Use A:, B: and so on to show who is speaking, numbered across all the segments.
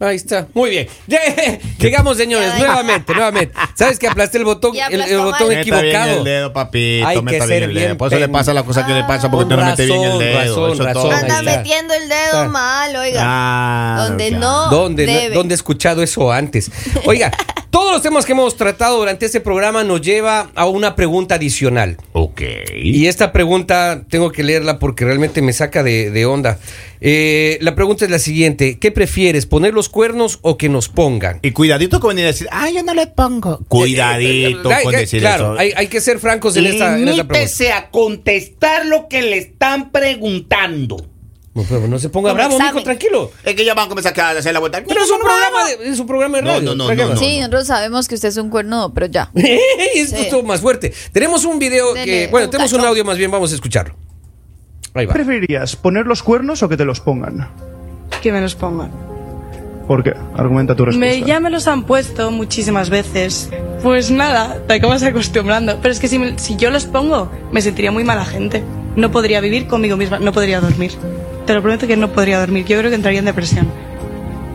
A: Ahí está, muy bien. Ya, Llegamos, señores,
B: Ya, ya.
A: nuevamente, nuevamente. ¿Sabes que aplasté el botón,
B: Ya
A: el, el
B: aplastó
A: botón
B: mal.
A: equivocado?
C: bien el dedo, papito.
A: Hay que
C: meta bien
A: ser
C: el dedo.
A: bien
C: Por eso le
A: pen-
C: pasa la cosa que le pasa porque
A: Con
C: tú no metes bien el
A: razón,
C: dedo.
A: razón,
C: eso es
A: razón.
C: todo.
A: Ahí
B: Anda
A: está.
B: metiendo el dedo
A: Está.
B: mal, oiga.
C: Claro,
B: donde
C: claro.
B: no
A: ¿Dónde?
B: debe.
A: No- ¿Dónde he escuchado eso antes? Oiga, todos los temas que hemos tratado durante este programa nos lleva a una pregunta adicional.
C: Ok.
A: Y esta pregunta tengo que leerla porque realmente me saca de, de onda. Eh, la pregunta es la siguiente: ¿Qué prefieres, poner los cuernos o que nos pongan?
C: Y cuidadito con venir a decir, ah, yo no le pongo. Cuidadito
A: Hay-
C: con
A: hay-
C: decir
A: claro,
C: eso.
A: Hay, hay que ser francos en esta, en esta pregunta.
D: Limítese a contestar lo que le están preguntando.
A: No, pero no se ponga
B: Como
A: bravo,
B: examen.
A: mijo, tranquilo.
C: Es que ya van a comenzar a hacer la vuelta.
A: Pero es un programa de, es un programa de
C: No,
A: radio.
C: no, no,
A: tranquilo.
C: no, no.
E: Sí, nosotros sabemos que usted es un cuernudo, pero ya.
A: Esto
E: Sí.
A: estuvo más fuerte. Tenemos un video que.
E: Dele,
A: Bueno,
E: un
A: tenemos un
E: cacho.
A: audio más bien, vamos a escucharlo. Ahí va.
F: ¿Preferirías poner los cuernos o que te los pongan?
G: que me los pongan.
F: ¿Por qué? Argumenta tu respuesta.
G: Me, ya me los han puesto muchísimas veces. Pues nada, te acabas acostumbrando. Pero es que si, me- si yo los pongo, me sentiría muy mala gente. No podría vivir conmigo misma, no podría dormir. Te lo prometo que no podría dormir. Yo creo que entraría en depresión.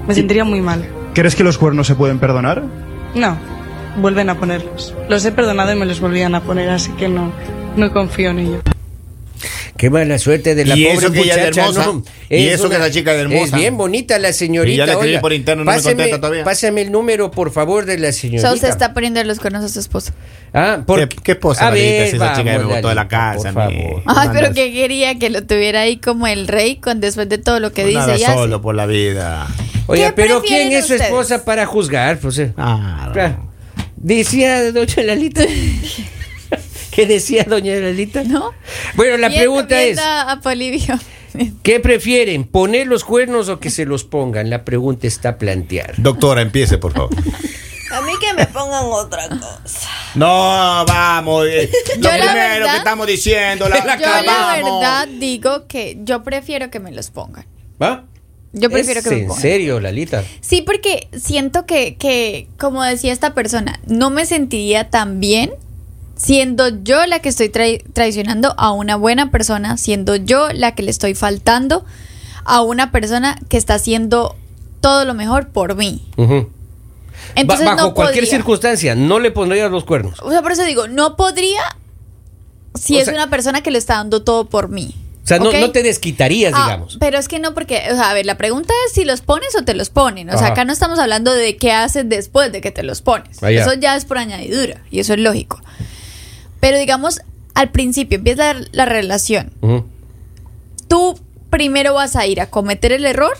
G: Me sentiría muy mal.
F: ¿Crees que los cuernos se pueden perdonar?
G: No, vuelven a ponerlos. Los he perdonado y me los volvían a poner, así que no, no confío en ello.
A: Qué mala suerte de la
C: Y
A: pobre
C: eso que ella es
A: muchacha,
C: hermosa.
A: ¿no?
C: Y
A: Es
C: eso que
A: una-
C: esa chica es hermosa.
A: Es bien bonita la señorita.
C: Y ya le escribí
A: oiga.
C: por interno, no me
A: Páseme-
C: contesta todavía.
A: Pásame el número, por favor, de la
E: O
A: señorita.
E: sea, usted está poniendo los cuernos a su esposa.
A: Ah, por...
C: ¿Qué- qué posa,
A: A ver,
C: Lalita, si esa chica
A: vamos,
C: me botó de la
A: Lalita, por
C: casa, mi-
A: favor.
E: Ay,
C: Mandas-
E: Ah, pero que quería que lo tuviera ahí como el rey con después de todo lo que dice
C: Nada
E: y hace.
C: solo por la vida.
A: Oye,
E: ¿Qué
A: pero ¿quién
E: prefieren
A: es su
E: ustedes?
A: esposa para juzgar? Pues, eh,
C: Ah,
A: claro.
C: Claro.
A: Decía doña Lalita. ¿Qué decía doña Lalita?
E: ¿No?
A: Bueno, la
E: Viendo-
A: pregunta es...
E: viendo A Polivio.
A: ¿Qué prefieren? ¿Poner los cuernos o que se los pongan? La pregunta está planteada.
C: Doctora, empiece, por favor.
B: A mí que me pongan otra cosa.
C: No, vamos. eh, Lo
E: Yo la
C: primero
E: verdad-
C: que estamos diciendo, la,
E: Yo la
C: acabamos.
E: verdad digo que yo prefiero que me los pongan.
A: ¿Va?
E: Yo prefiero
A: ¿Es
E: que me
A: en
E: pongan.
A: serio, Lalita?
E: Sí, porque siento que, que, como decía esta persona, no me sentiría tan bien siendo yo la que estoy trai- traicionando a una buena persona, siendo yo la que le estoy faltando a una persona que está haciendo todo lo mejor por mí.
A: Ujú.
E: Entonces,
A: Ba- bajo
E: no
A: cualquier
E: podría.
A: circunstancia, no le pondrías los cuernos.
E: O sea, por eso digo, no podría si
A: O
E: es
A: sea-
E: una persona que lo está dando todo por mí.
A: O sea, no,
E: ¿ok?
A: no te desquitarías,
E: Ah,
A: digamos.
E: Pero es que no, porque, o sea, a ver, la pregunta es si los pones o te los ponen. O sea,
A: Ajá.
E: acá no estamos hablando de qué haces después de que te los pones.
A: Ah, ya.
E: Eso ya es por añadidura y eso es lógico. Pero digamos, al principio empieza la, la relación.
A: Ujú.
E: Tú primero vas a ir a cometer el error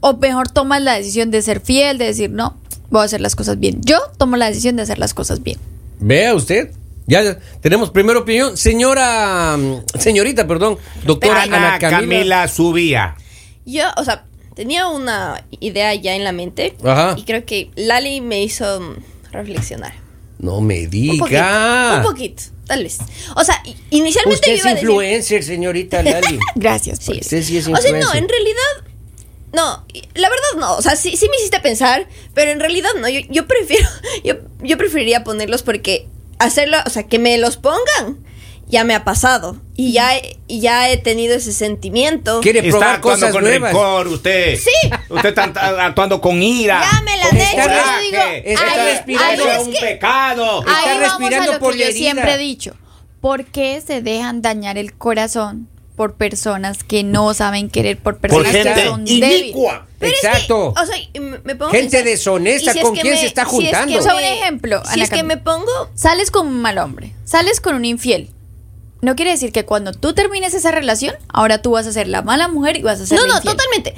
E: o mejor tomas la decisión de ser fiel, de decir, no, voy a hacer las cosas bien. Yo tomo la decisión de hacer las cosas bien.
A: Vea usted. Ya tenemos primera opinión. Señora, mm, señorita, perdón, doctora Ana,
C: Ana
A: Camila.
C: Camila Subía.
B: Yo, o sea, tenía una idea ya en la mente.
A: Ajá.
B: Y creo que Lali me hizo mm, reflexionar.
A: No me
B: Un poquito.
A: diga.
B: Un poquito, tal vez. O sea, i- inicialmente
A: Usted
B: yo
A: es
B: iba a decir-
A: influencer, señorita Lali.
E: Gracias.
B: Sí.
A: Usted sí es
B: O sea, no,
A: influencer.
B: en realidad. No, y- la verdad no. O sea, sí, sí me hiciste pensar, pero en realidad no. Yo, yo prefiero. Yo, yo preferiría ponerlos porque hacerlo. O sea, que me los pongan. Ya me ha pasado. Y ya, he- y ya he tenido ese sentimiento.
A: Quiere
C: Está
A: probar
C: actuando
A: cosas
C: con
A: nuevas.
C: rencor, usted.
B: Sí.
C: Usted está a- actuando con ira.
B: Ya me la
C: con
B: han hecho, yo
C: coraje.
B: digo,
A: está
C: Está
E: ahí-
C: respirando
E: ahí
C: a
E: es
C: un
E: que-
C: pecado.
A: Está
E: Ahí vamos
A: respirando
E: a lo
A: por
E: que
A: la
E: yo
A: herida.
E: siempre he dicho. ¿Por qué se dejan dañar el corazón por personas que no saben querer, por personas
C: gente
E: que son débiles?
C: inicua.
B: Pero es que,
A: Exacto.
B: o sea, y me- me pongo a
A: Gente
B: pensar,
A: deshonesta,
B: y es
A: ¿con
B: que
A: quién se está
B: si es que
A: juntando?
B: me-
E: O sea, un ejemplo,
B: Si
E: Ana
B: es que
E: Camila.
B: me pongo.
E: Sales con un mal hombre, sales con un infiel. No quiere decir que cuando tú termines esa relación, ahora tú vas a ser la mala mujer y vas a ser
B: No,
E: la
B: no,
E: infiel.
B: totalmente.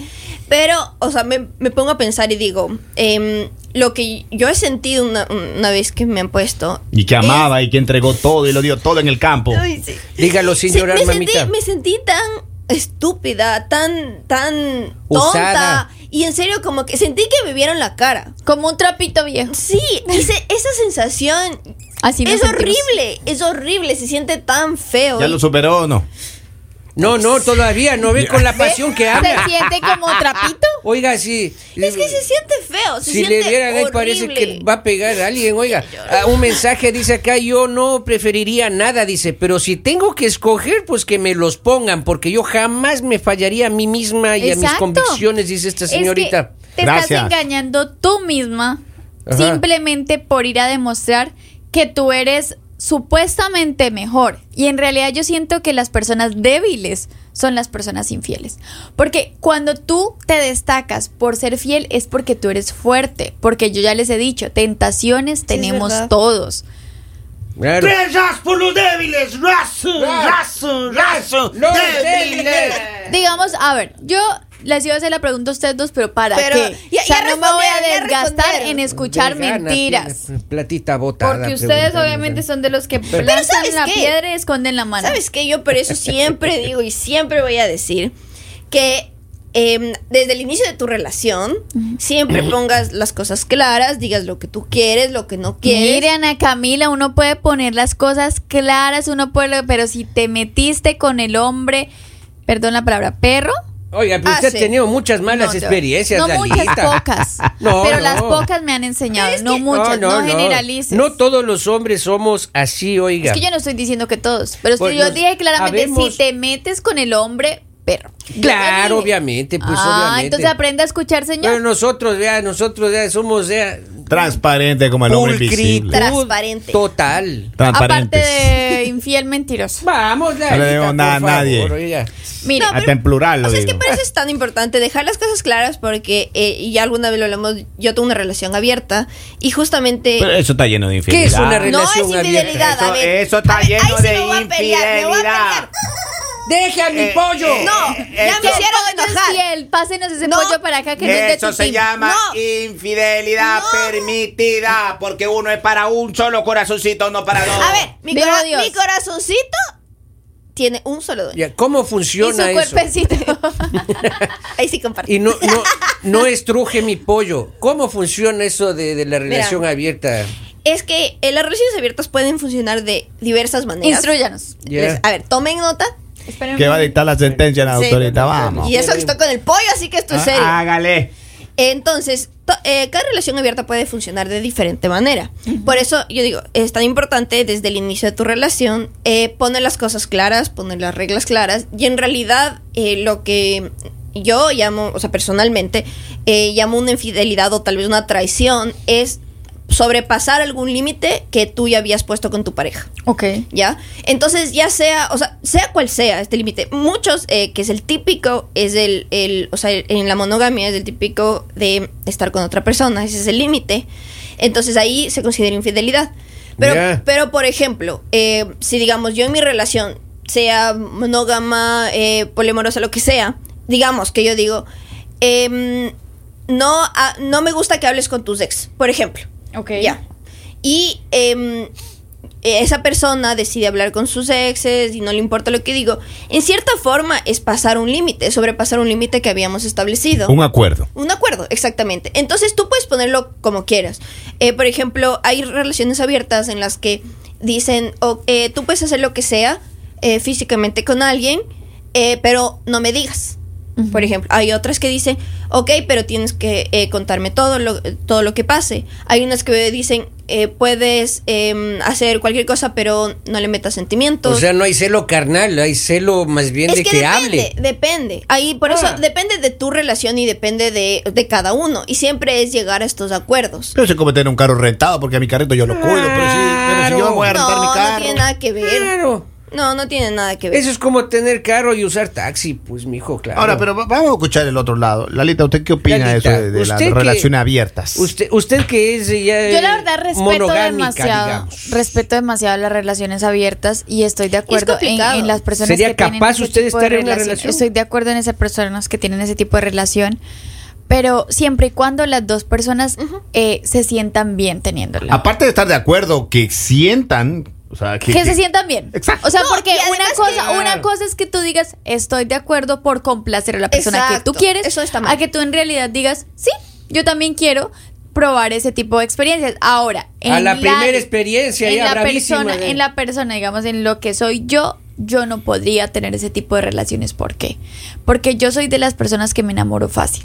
B: Pero, o sea, me, me pongo a pensar y digo, em, lo que yo he sentido una, una vez que me han puesto.
C: Y que
B: es-
C: amaba y que entregó todo y lo dio todo en el campo.
B: Ay, sí.
A: Dígalo sin
B: Sí,
A: llorar,
B: me
A: mamita.
B: Sentí, me sentí tan estúpida, tan, tan tonta.
A: Usada.
B: Y en serio, como que sentí que me vieron la cara.
E: Como un trapito viejo.
B: Sí, ese- esa sensación
E: Así nos
B: es
E: sentimos.
B: horrible, es horrible, se siente tan feo.
C: ¿Ya lo superó o no?
A: No, no, todavía no ve con la pasión que habla.
E: ¿Se siente como un trapito?
A: Oiga, sí.
B: es que se siente feo, se
A: si
B: siente
A: le dieran ahí
B: horrible.
A: parece que va a pegar a alguien, oiga, ah, un mensaje dice acá, yo no preferiría nada, dice, pero si tengo que escoger, pues que me los pongan, porque yo jamás me fallaría a mí misma y a mis
E: Exacto.
A: convicciones, dice esta
E: Es que
A: señorita.
E: te
H: Gracias.
E: estás engañando tú misma
A: Ajá.
E: simplemente por ir a demostrar que tú eres supuestamente mejor. Y en realidad yo siento que las personas débiles son las personas infieles. Porque cuando tú te destacas por ser fiel es porque tú eres fuerte. Porque yo ya les he dicho, tentaciones tenemos
B: verdad.
E: todos.
A: Claro.
D: ¡Rezas por los débiles! ¡Razo! ¡Razo! ¡Razo!
A: Los
D: ¡Débiles!
E: Digamos, a ver, yo les iba a hacer la pregunta a ustedes dos, pero ¿para
B: Pero
E: qué?
B: ya-
E: o sea,
B: ya
E: no me voy a
B: respondieron, ya
E: desgastar
B: respondieron.
E: en escuchar
A: Vegana,
E: mentiras.
A: tiene Platita botada.
E: Porque ustedes
A: preguntando,
E: obviamente
A: ¿sí?
E: son de los que
B: ¿sabes
E: lanzan la
B: qué?
E: piedra y esconden la mano.
B: ¿Sabes qué? Yo por eso siempre digo y siempre voy a decir que em, desde el inicio de tu relación siempre pongas las cosas claras, digas lo que tú quieres, lo que no quieres.
E: Miren a Camila, uno puede poner las cosas claras, uno puede, pero si te metiste con el hombre, perdón la palabra, perro.
A: Oiga, pero usted
B: Ah, sí.
A: ha tenido muchas malas
E: no, yo-
A: experiencias,
E: No
A: Lalita.
E: muchas, pocas.
A: No,
E: pero
A: no.
E: las pocas me han enseñado, no muchas, no, generalices.
A: No todos los hombres somos así, oiga.
E: es que yo no estoy diciendo que todos, pero es que
A: Pues
E: yo
A: los-
E: dije claramente,
A: habemos-
E: si te metes con el hombre, perro. Yo ya dije.
A: Claro, obviamente, pues
E: ah,
A: obviamente.
E: entonces aprende a escuchar, señor.
A: Pero nosotros, vea, nosotros vea, somos, vea,
H: Transparente como el hombre
A: pulcritud
H: invisible.
B: Transparente.
A: Total.
E: Aparte
H: Transparentes.
E: de infiel mentiroso.
A: Vamos, Lalita,
H: No le debo
A: por
H: nada a
A: favor,
H: nadie.
A: oiga.
E: Mira, Ah.
H: Hasta en plural lo
B: O sea, es que
H: digo.
B: por eso es tan importante dejar las cosas claras porque, eh, y ya alguna vez lo hablamos, yo tuve una relación abierta y justamente...
H: Pero eso está lleno de
A: ¿Qué
H: infidelidad.
A: es una
B: no es
A: relación
B: infidelidad,
A: abierta?
B: a ver.
D: eso está
B: A ver,
D: lleno
B: ahí sí
D: de
B: me voy a pelear, me voy a
D: infidelidad.
A: ¡Deja mi pollo!
D: eh,
B: No, ya me
E: ¿qué
B: hicieron
E: pollo es
B: enojar.
E: fiel? Pásenos ese
B: No.
E: pollo para acá que no es de tu
D: Eso se
E: team.
D: llama
B: No.
D: infidelidad
B: No.
D: permitida, porque uno es para un solo corazoncito, no para dos.
B: A ver, mi,
E: Viva
B: cora-
E: Dios.
B: mi corazoncito tiene un solo dueño.
A: Ya, ¿Cómo
E: Y su
A: funciona eso?
E: cuerpecito.
B: Ahí sí comparto.
A: Y no, no, no estruje mi pollo. ¿Cómo funciona eso de, de la relación abierta?
B: Es que eh, las relaciones abiertas pueden funcionar de diversas maneras.
E: Instruyanos.
A: Ya.
B: Les- A ver, tomen nota.
H: Que va a dictar la sentencia la
B: Sí.
H: autoridad. Vamos.
B: Y eso que estoy con el pollo, así que
A: Ah,
B: esto es serio.
D: Ah, Hágale.
B: Entonces, to- eh, cada relación abierta puede funcionar de diferente manera. Por eso yo digo, es tan importante desde el inicio de tu relación eh, poner las cosas claras, poner las reglas claras y en realidad eh, lo que yo llamo, o sea, personalmente, eh, llamo una infidelidad o tal vez una traición es sobrepasar algún límite que tú ya habías puesto con tu pareja.
E: Ok.
B: ¿Ya? Entonces, ya sea, o sea, sea cual sea este límite, muchos, eh, que es el típico, es el, el- o sea, el- en la monogamia es el típico de estar con otra persona, ese es el límite. Entonces ahí se considera infidelidad. Pero,
A: Ya.
B: pero por ejemplo, eh, si digamos yo en mi relación, sea monógama, eh, polimorosa, lo que sea, digamos que yo digo, em, no, ah, no me gusta que hables con tus ex, por ejemplo.
E: Ok.
B: Ya. Y em, esa persona decide hablar con sus exes y no le importa lo que digo. En cierta forma es pasar un límite, sobrepasar un límite que habíamos establecido.
H: Un acuerdo.
B: Un acuerdo, exactamente. Entonces tú puedes ponerlo como quieras. Eh, por ejemplo, hay relaciones abiertas en las que dicen, o, eh, tú puedes hacer lo que sea eh, físicamente con alguien, eh, pero no me digas. Por ejemplo, hay otras que dicen, ok, pero tienes que eh, contarme todo lo, todo lo que pase. Hay unas que dicen, eh, puedes em, hacer cualquier cosa, pero no le
A: O
B: metas sentimientos.
A: sea, no hay celo carnal, hay celo más bien
B: Es
A: de que,
B: depende,
A: hable. Ah.
B: depende. Ahí, por eso, depende de tu relación y depende de, de cada uno. Y siempre es llegar a estos acuerdos.
H: Pero eso es como tener un carro rentado, porque a mi carrito yo lo cuido. Pero, sí, pero si yo voy a rentar mi
B: No, no
H: carro.
B: tiene nada que ver.
A: Claro.
B: No, no tiene nada que ver.
A: Eso es como tener carro y usar taxi, pues mijo, claro.
H: Ahora, pero va- vamos a escuchar el otro lado. Lalita, ¿usted qué opina de eso
A: Lalita,
H: de, de las
A: usted que-
H: relaciones abiertas?
A: Usted, usted que es eh, ya
E: Yo la
A: eh,
E: verdad respeto
A: monogámica,
E: demasiado,
A: digamos.
E: respeto demasiado las relaciones abiertas y estoy de acuerdo en,
B: complicado.
E: en las personas
A: ¿Sería
E: que tienen
A: capaz
E: ese
A: usted de
E: tipo
A: estar en una
E: relación.
A: relación?
E: Estoy de acuerdo en esas personas que tienen ese tipo de relación, pero siempre y cuando las dos personas eh, se sientan bien teniéndola.
H: Aparte de estar de acuerdo, que sientan. O sea, que,
E: que, se sientan bien.
H: Exacto.
E: O sea,
B: No,
E: porque
B: y además
E: una
B: que-
E: cosa, una cosa es que tú digas, estoy de acuerdo por complacer a la persona que
B: Exacto,
E: tú quieres,
B: eso está mal.
E: a que tú en realidad digas, sí, yo también quiero probar ese tipo de experiencias. Ahora,
A: A la primera
E: experiencia
A: experiencia
E: en
A: ya
E: la
A: bravísima, ¿eh?
E: persona,
A: de-
E: en la persona, digamos, en lo que soy yo, yo no podría tener ese tipo de relaciones. ¿Por qué? Porque yo soy de las personas que me enamoro fácil.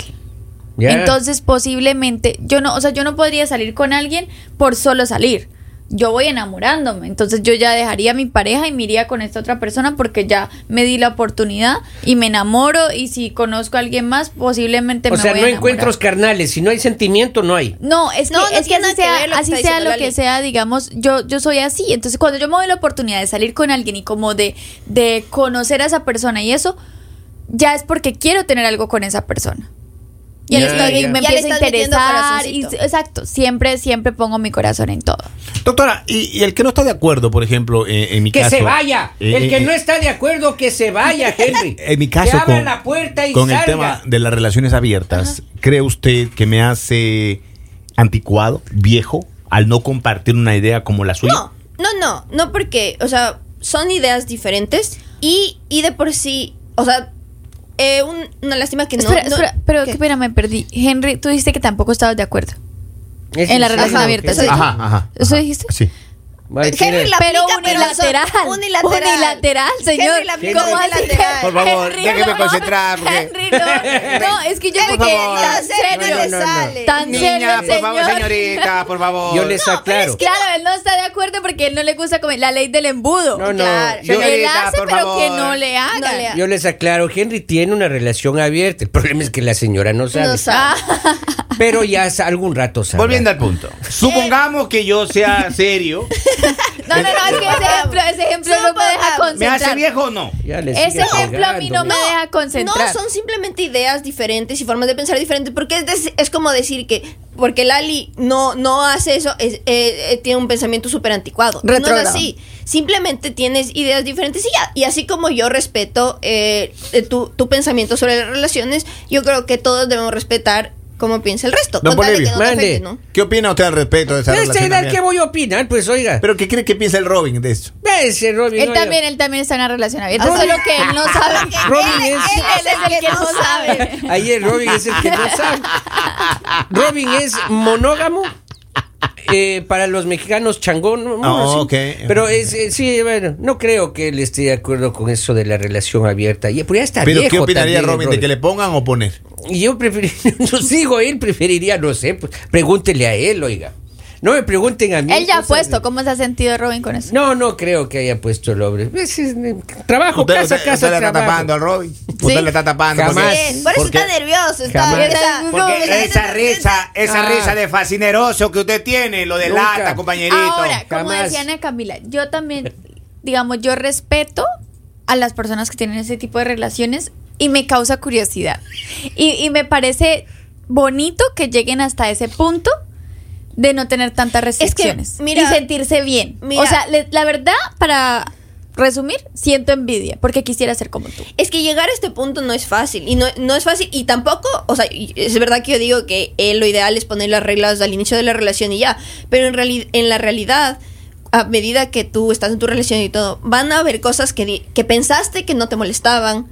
A: Ya.
E: Entonces, posiblemente, yo no, o sea, yo no podría salir con alguien por solo salir. yo voy enamorándome. Entonces yo ya dejaría a mi pareja y me iría con esta otra persona porque ya me di la oportunidad y me enamoro y si conozco a alguien más posiblemente
A: O
E: este, me
A: sea,
E: voy
A: no
E: a enamorar.
A: encuentros carnales. Si no hay sentimiento, no hay.
E: No, es que,
B: No, no
E: es que
B: tiene
E: así
B: nada que
E: sea,
B: ver lo que
E: así
B: está
E: sea
B: diciendo
E: lo que
B: Lali.
E: sea, digamos, yo, yo soy así. Entonces, cuando yo me doy la oportunidad de salir con alguien y como de, de conocer a esa persona y eso, ya es porque quiero tener algo con esa persona. Y ahí
A: Ya,
E: estoy-
A: ya.
E: y me
B: Ya le
E: empieza a
B: estás metiendo
E: interesar. y-
B: corazoncito.
E: exacto, siempre, siempre pongo mi corazón en todo.
H: Doctora, y, y el que no está de acuerdo, por ejemplo, eh, en mi
A: Que
H: caso.
A: se vaya.
H: eh,
A: el
H: eh,
A: que
H: eh,
A: no está de acuerdo, que se vaya, Henry.
H: En mi
A: Que
H: caso,
A: abra
H: con,
A: la puerta y
H: con el
A: salga.
H: tema de las relaciones abiertas, ¿cree usted que me hace anticuado, viejo, al no compartir una idea como la suya?
B: No, no, no, no porque, o sea, son ideas diferentes y, y de por sí, o sea, eh, un- una lástima que no...
E: espera,
B: no-
E: espera, pero
B: ¿qué?
E: que pena, me perdí. Henry, tú dijiste que tampoco estabas de acuerdo.
A: Es
E: en la
A: serio,
E: relación
B: Ajá,
E: abierta.
A: ok.
B: eso-
H: Ajá, ajá, ajá.
E: ¿Eso dijiste?
H: Sí.
A: Vale,
B: Henry
A: quiere-
B: la
E: Pero
B: aplica,
E: unilateral.
B: pero unilateral.
E: Unilateral, señor.
B: Henry la aplica
E: ¿Cómo así?
B: unilateral.
H: Por favor,
E: Henry,
H: déjeme
E: no.
H: concentrar, porque-
E: Henry, no. No, es que yo me
B: Henry,
E: quedé
B: por
E: tan
B: favor.
E: serio.
B: No, no, no, no.
E: Tan serio,
H: Niña, por favor,
E: señor.
H: señorita, por favor.
A: Yo les aclaro.
E: Claro, él no está de acuerdo porque él no le gusta comer la ley del embudo.
A: No, no.
E: Claro.
A: Yo-
E: él
H: Señorita,
E: hace,
H: por
E: pero
H: favor.
E: que no le haga.
B: No le haga.
A: Yo les aclaro, Henry tiene una relación abierta. El problema es que la señora no
E: Ah.
A: sabe.
B: No sabe.
A: Pero ya hace algún rato sabe.
H: Volviendo al punto. Supongamos que yo sea serio.
E: No, no, no, es que ese ejemplo, ese ejemplo
B: Solo
E: no me deja
B: podamos.
E: concentrar.
H: ¿Me hace viejo o no?
E: Ese ejemplo a mí no me deja concentrar.
B: No, son simplemente ideas diferentes y formas de pensar diferentes. Porque es, des- es como decir que porque Lali no, no hace eso, es- eh, eh, tiene un pensamiento súper anticuado. No es
E: Retrógrado.
B: así. Simplemente tienes ideas diferentes y ya. Y así como yo respeto eh, eh, tu, tu pensamiento sobre las relaciones, yo creo que todos debemos respetar cómo piensa el resto.
H: Don
B: Con tal de
H: Polibio,
B: que no te
A: mande.
B: afecte, ¿no?
H: ¿Qué opina usted al respecto de esa
A: ¿De esta
H: relación?
A: edad qué
H: abierta?
A: voy a opinar? Pues oiga.
H: ¿Pero qué cree que piensa el Robin de eso?
A: Ese Robin,
E: Él
A: no,
E: también,
A: yo-
E: él también está en una relación
H: Ah,
E: abierta,
A: Robin-
E: solo que él no sabe.
A: Robin
E: él,
A: es-
E: él es el que no sabe.
A: Ayer Robin es el que no sabe. Robin es monógamo. eh, para los mexicanos, changón. no, no,
H: Ah,
A: sí.
H: ok.
A: Pero es, eh, sí, bueno, no creo que él esté de acuerdo con eso de la relación abierta. Y, pero ya está
H: ¿Pero
A: viejo
H: qué opinaría
A: también,
H: Robin, de que le pongan o poner?
A: Y yo preferiría, no sigo, él preferiría, no sé, pues, pregúntele a él, oiga. No me pregunten a mí.
E: Él ya ha
A: cosas
E: puesto,
A: de-
E: ¿cómo se ha sentido Robin con eso?
A: No, no creo que haya puesto el hombre. Es- es- eh, trabajo,
H: Usted,
A: casa,
H: usted-
A: casa,
H: usted le está
A: trabajo.
H: tapando al Robin. Usted le está tapando.
A: Jamás.
H: porque-
B: Eh, por eso
H: porque-
B: está nervioso. Está
A: Jamás.
B: esa-
H: Porque esa
B: esa-
H: risa, esa
A: Ah.
H: risa de fascineroso que usted tiene, lo de
A: Nunca.
H: lata, compañerito.
E: Ahora, como
A: jamás.
E: decía Ana Camila, yo también, digamos, yo respeto a las personas que tienen ese tipo de relaciones y me causa curiosidad. Y, y me parece bonito que lleguen hasta ese punto de no tener tantas restricciones
B: mira,
E: y sentirse bien.
B: mira.
E: o sea, le- la verdad, para resumir, siento envidia porque quisiera ser como tú.
B: Es que llegar a este punto no es fácil. Y no, no es fácil. Y tampoco, o sea, y es verdad que yo digo que eh, lo ideal es poner las reglas al inicio de la relación y ya. Pero en, reali- en la realidad, a medida que tú estás en tu relación y todo, van a haber cosas que, di- que pensaste que no te molestaban.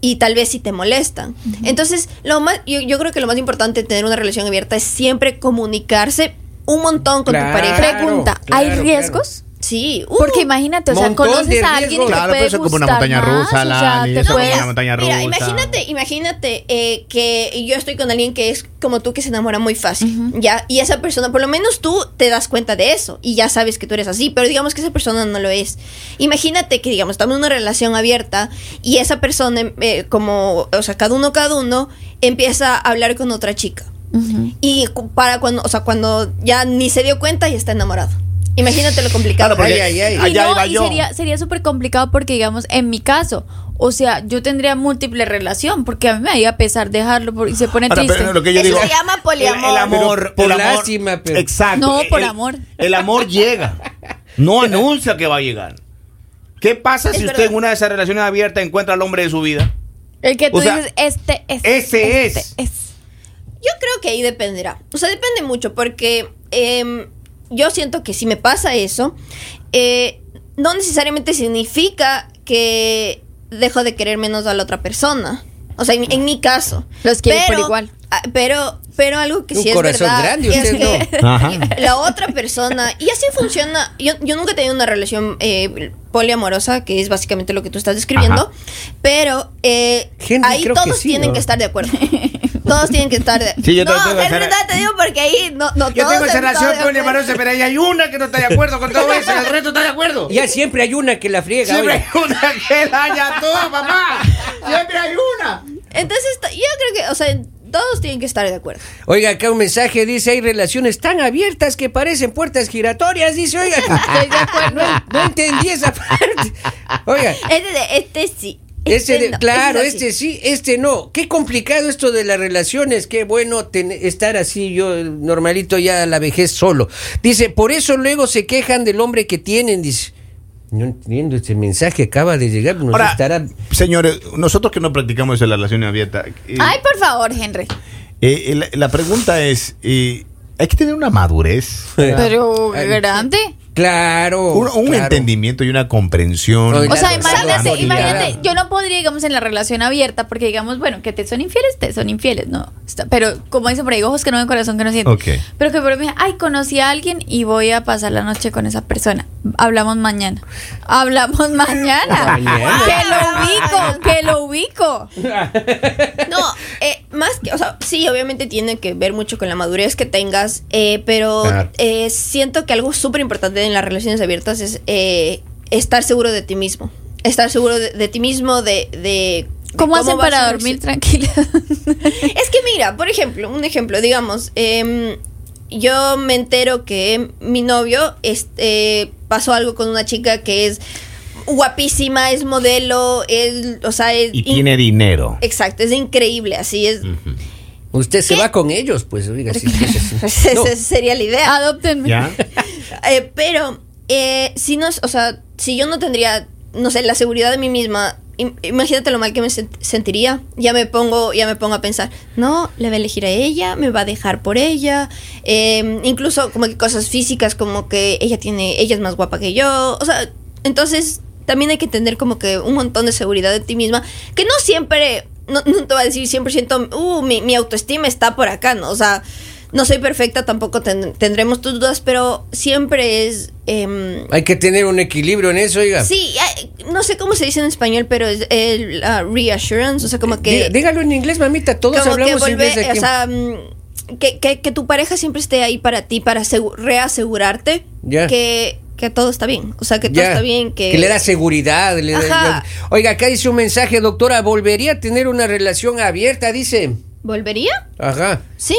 B: Y tal vez sí te molestan. Entonces, lo más, yo, yo creo que lo más importante de tener una relación abierta es siempre comunicarse un montón con
A: Claro.
B: tu pareja.
E: Pregunta,
A: claro,
E: ¿hay
A: claro.
E: riesgos?
B: Sí, uh.
E: Porque imagínate, o sea,
A: Montón de
E: conoces a alguien
A: riesgos.
E: que
A: Claro,
E: te puede
H: pero eso es como una
E: gustar
H: montaña
E: más,
H: rusa,
E: o sea,
H: Lali,
E: te
H: eso es como
E: puedes-
H: una montaña
B: Pues, Mira,
H: rusa.
B: imagínate, imagínate eh, que yo estoy con alguien que es como tú que se enamora muy fácil, ya y esa persona, por lo menos tú te das cuenta de eso y ya sabes que tú eres así, pero digamos que esa persona no lo es. Imagínate que digamos estamos en una relación abierta y esa persona eh, como, o sea, cada uno cada uno empieza a hablar con otra chica
E: Ujú.
B: y cu- para cuando, o sea, cuando ya ni se dio cuenta y está enamorado. Imagínate lo complicado.
H: Claro, porque
A: Ay, ay, ay.
E: Y
H: allá
E: no,
H: iba
E: y
H: yo.
E: sería sería súper complicado porque digamos en mi caso o sea yo tendría múltiple relación porque a mí me iba a pesar dejarlo por- y se pone
H: Ahora,
E: triste
H: pero lo que yo
B: Eso
H: digo-
B: se llama poliamor.
H: El, el amor,
A: Pero por
H: el amor-
A: lástima, pero-
H: Exacto.
E: No, por
H: El-
E: amor.
H: El amor llega. No anuncia que va a llegar. ¿Qué pasa
B: Es
H: si usted
B: verdad.
H: en una de esas relaciones abiertas encuentra al hombre de su vida?
E: el que tú
H: o sea,
E: dices este es
H: ese
E: este
H: es.
B: Yo creo que ahí dependerá. O sea, depende mucho porque em, yo siento que si me pasa eso, eh, no necesariamente significa que dejo de querer menos a la otra persona. O sea, en, en mi caso.
E: Los quiero por igual.
B: ah, Pero pero algo que
A: Un
B: sí es
A: corazón
B: verdad.
A: grande,
B: es
A: usted
B: que
H: no. Ajá.
B: La otra persona. Y así funciona. Yo, yo nunca he tenido una relación eh, poliamorosa, que es básicamente lo que tú estás describiendo.
H: Ajá.
B: Pero eh,
A: Henry,
B: ahí
A: creo que
B: todos
A: sí,
B: tienen
A: ¿no?
B: que estar de acuerdo. Todos tienen que estar de
H: Sí, yo
B: no,
H: también tengo
B: es
H: que-
B: verdad, te digo porque ahí no, no
D: Yo
B: todos
D: tengo esa
B: han estado
D: relación
B: de acuerdo.
D: poliamorosa, pero ahí hay una que no está de acuerdo con todo eso. El resto está de acuerdo.
A: Ya siempre hay una que la friega.
D: Siempre
A: oye.
D: hay una que daña a todo, papá. Siempre hay una.
B: Entonces, to- yo creo que, o sea, todos tienen que estar de acuerdo.
A: Oiga, acá un mensaje dice, hay relaciones tan abiertas que parecen puertas giratorias. Dice, oiga,
E: Estoy de acuerdo.
A: no entendí esa parte. Oiga,
B: Este, de- este sí.
A: este, de-
B: no,
A: claro,
B: es así.
A: este sí, este no. Qué complicado esto de las relaciones, qué bueno ten- estar así yo eh, normalito ya a la vejez solo. Dice, por eso luego se quejan del hombre que tienen, dice. No entiendo este mensaje, acaba de llegar, nos
H: Ahora,
A: estará...
H: señores, nosotros que no practicamos la relación abierta, eh,
E: Ay, por favor, Henry.
H: eh, eh, la, la pregunta es, eh, hay que tener una madurez,
E: Pero
A: Ay.
E: grande.
A: Ah, Claro.
H: un, un
A: claro.
H: entendimiento y una comprensión.
A: O
E: O sea,
A: Claro,
E: imagínate,
A: claro.
E: imagínate, yo no podría, digamos, en la relación abierta, porque digamos, bueno, que te son infieles, te son infieles, ¿no? Está- Pero como dicen por ahí, ojos que no ven, corazón que no siente.
H: Ok.
E: Pero que por mí, ay, conocí a alguien y voy a pasar la noche con esa persona. Hablamos mañana. Hablamos mañana.
A: Mañana.
E: que lo ubico, que lo ubico.
D: este-
B: No, eh, más que, o sea, sí, obviamente tiene que ver mucho con la madurez que tengas, eh, pero
H: Claro.
B: eh, siento que algo súper importante en las relaciones abiertas es eh, estar seguro de ti mismo. Estar seguro de, de ti mismo, de... de- de
E: ¿Cómo, hacen
B: vas
E: para
B: a
E: dormir
B: reaccionar.
E: tranquila?
B: Es que mira, por ejemplo, un ejemplo, digamos, em, yo me entero que mi novio este, pasó algo con una chica que es guapísima, es modelo, es, o sea, es...
H: y
B: in-
H: tiene Mm. dinero.
B: Exacto, es increíble, así es.
A: Usted se
B: ¿Qué?
A: va con ellos, pues, oiga, sí, sí, sí, sí.
B: Esa
A: No,
B: esa sería la idea.
E: Adóptenme.
H: ¿Ya?
B: Eh, pero, eh, si no, o sea, si yo no tendría, no sé, la seguridad de mí misma, im- imagínate lo mal que me sen- sentiría. Ya me pongo, ya me pongo a pensar, no, le va a elegir a ella, me va a dejar por ella. eh, incluso como que cosas físicas, como que ella tiene, ella es más guapa que yo. O sea, entonces también hay que tener como que un montón de seguridad de ti misma, que no siempre, no, no te va a decir 100%, uh, mi, mi autoestima está por acá, ¿no? O sea, no soy perfecta, tampoco ten- tendremos tus dudas, pero siempre es... em,
A: Hay que tener un equilibrio en eso, oiga.
B: sí, ay, no sé cómo se dice en español, pero es el ah, reassurance, o sea, como
A: Dí-
B: que...
A: Dígalo en inglés, mamita, todos
B: como que
A: hablamos
B: volver,
A: inglés aquí.
B: o sea, mm, que, que- que tu pareja siempre esté ahí para ti, para asegu- reasegurarte
A: Ya.
B: que, que todo está bien, o sea, que todo
A: Ya,
B: está bien, que...
A: le da seguridad. le da-
B: Ajá.
A: oiga, acá dice un mensaje, doctora, ¿volvería a tener una relación abierta? Dice.
B: ¿Volvería?
A: Ajá.
B: Sí.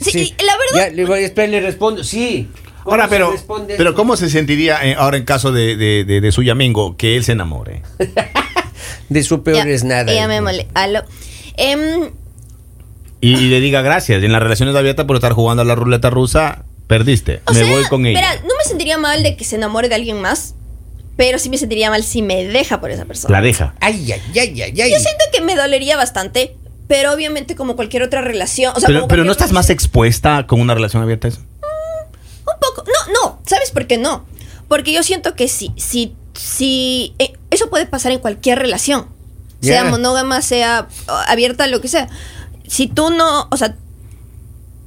B: Sí, y la verdad.
A: Ya, le, voy- espera, le respondo. Sí. ¿Cómo
H: Ahora,
A: se
H: pero,
A: responde
H: pero
A: eso?
H: ¿cómo se sentiría eh, ahora en caso de, de, de- de su amigo que él se enamore?
A: De su peor
B: ya-
A: es nada.
B: Ella me mole- aló. Em,
H: Y, y le diga gracias. En las relaciones abiertas por estar jugando a la ruleta rusa, perdiste.
B: o
H: Me
B: sea,
H: voy con ella.
B: verá, no me sentiría mal de que se enamore de alguien más, pero sí me sentiría mal si me deja por esa persona.
H: La deja.
A: Ay, ay, ay, ay, ay.
B: Yo siento que me dolería bastante, pero obviamente como cualquier otra relación. O sea,
H: pero
B: como
H: pero no
B: cualquier
H: estás más
B: relación-
H: expuesta con una relación abierta a eso.
B: Un poco. No, no. ¿Sabes por qué no? Porque yo siento que sí, sí, sí. eh, eso puede pasar en cualquier relación. Sea
A: Ya.
B: monógama, sea uh, abierta, lo que sea. Si tú no. O sea,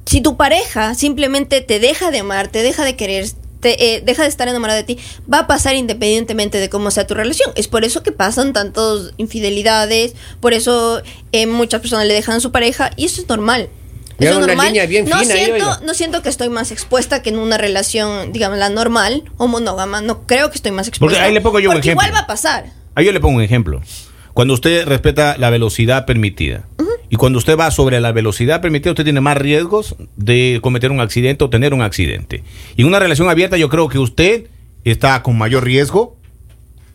B: si tu pareja simplemente te deja de amar, te deja de querer, te eh, deja de estar enamorada de ti, va a pasar independientemente de cómo sea tu relación. Es por eso que pasan tantas infidelidades, por eso eh, muchas personas le dejan a su pareja y eso es normal.
A: Ya
B: Eso es
A: una
B: normal.
A: línea bien
B: no,
A: fina ahí,
B: siento,
A: oiga.
B: no siento que estoy más expuesta que en una relación, digamos, la normal o monógama. No creo que estoy más expuesta.
H: ahí le pongo yo un
B: Porque
H: ejemplo.
B: igual va a pasar.
H: Ahí yo le pongo un ejemplo. Cuando usted respeta la velocidad permitida y cuando usted va sobre la velocidad permitida, usted tiene más riesgos de cometer un accidente o tener un accidente. Y en una relación abierta, yo creo que usted está con mayor riesgo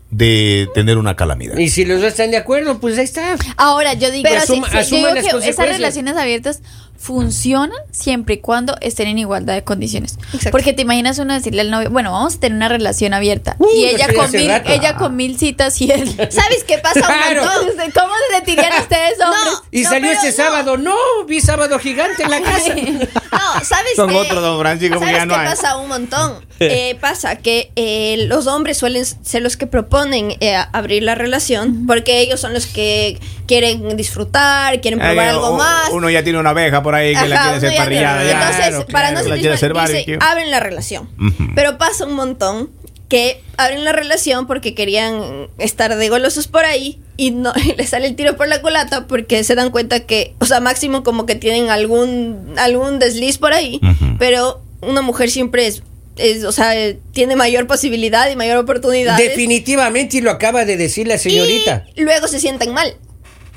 H: de tener una calamidad.
A: Y si los dos están de acuerdo, pues ahí está.
E: Ahora, yo digo,
A: Pero
E: sí,
A: asuma-
E: sí,
A: asuma
E: yo digo
A: las
E: que esas
A: consecuencias.
E: relaciones abiertas funcionan siempre y cuando estén en igualdad de condiciones.
B: Exacto.
E: Porque te imaginas uno decirle al novio, bueno, vamos a tener una relación abierta.
A: Uh,
E: y
A: yo
E: ella
A: estoy
E: con,
A: hace
E: mil,
A: rato.
E: ella con mil citas y él.
B: ¿Sabes qué pasa? Un
A: Claro.
B: montón?
E: Entonces, ¿Cómo se sentirían ustedes hombres?
A: Y
B: No,
A: salió
B: pero
A: este
B: no.
A: sábado. No, vi sábado gigante en la casa.
B: No, ¿sabes
H: Son
B: qué?
H: otros, don Francisco,
B: ¿Sabes
H: ya no
B: qué
H: hay.
B: pasa un montón? Eh, pasa que eh, los hombres suelen ser los que proponen eh, abrir la relación porque ellos son los que quieren disfrutar, quieren probar
H: Eh,
B: algo
H: u-
B: más.
H: Uno ya tiene una abeja por ahí que la
B: Ajá,
H: quiere hacer
B: uno ya
H: parrillada.
B: tiene.
H: ya,
B: Entonces,
H: claro,
B: para no
H: claro,
B: sentir
H: la quiere hacer
B: mal, dice,
H: barbecue.
B: abren la relación.
H: Ujú.
B: Pero pasa un montón que abren la relación porque querían estar de golosos por ahí y no y les sale el tiro por la culata porque se dan cuenta que, o sea, máximo como que tienen algún algún desliz por ahí,
H: Ujú.
B: pero una mujer siempre es, es, o sea, eh, tiene mayor posibilidad y mayor oportunidad.
A: Definitivamente, y lo acaba de decir la señorita.
B: Y luego se sienten mal.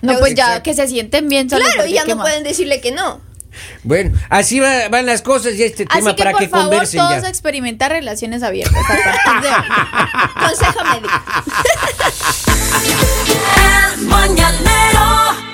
E: No, pues ya
A: Exacto.
E: que se sienten bien solo
B: Claro,
E: porque
B: y ya
E: ¿qué
B: no
E: más?
B: pueden decirle que no.
A: Bueno, así va- van las cosas y este tema
E: Así que
A: para
E: por
A: que
E: favor todos
A: conversen ya.
E: experimentar relaciones abiertas a partir de ahora.
B: Consejo médico.
I: El mañanero.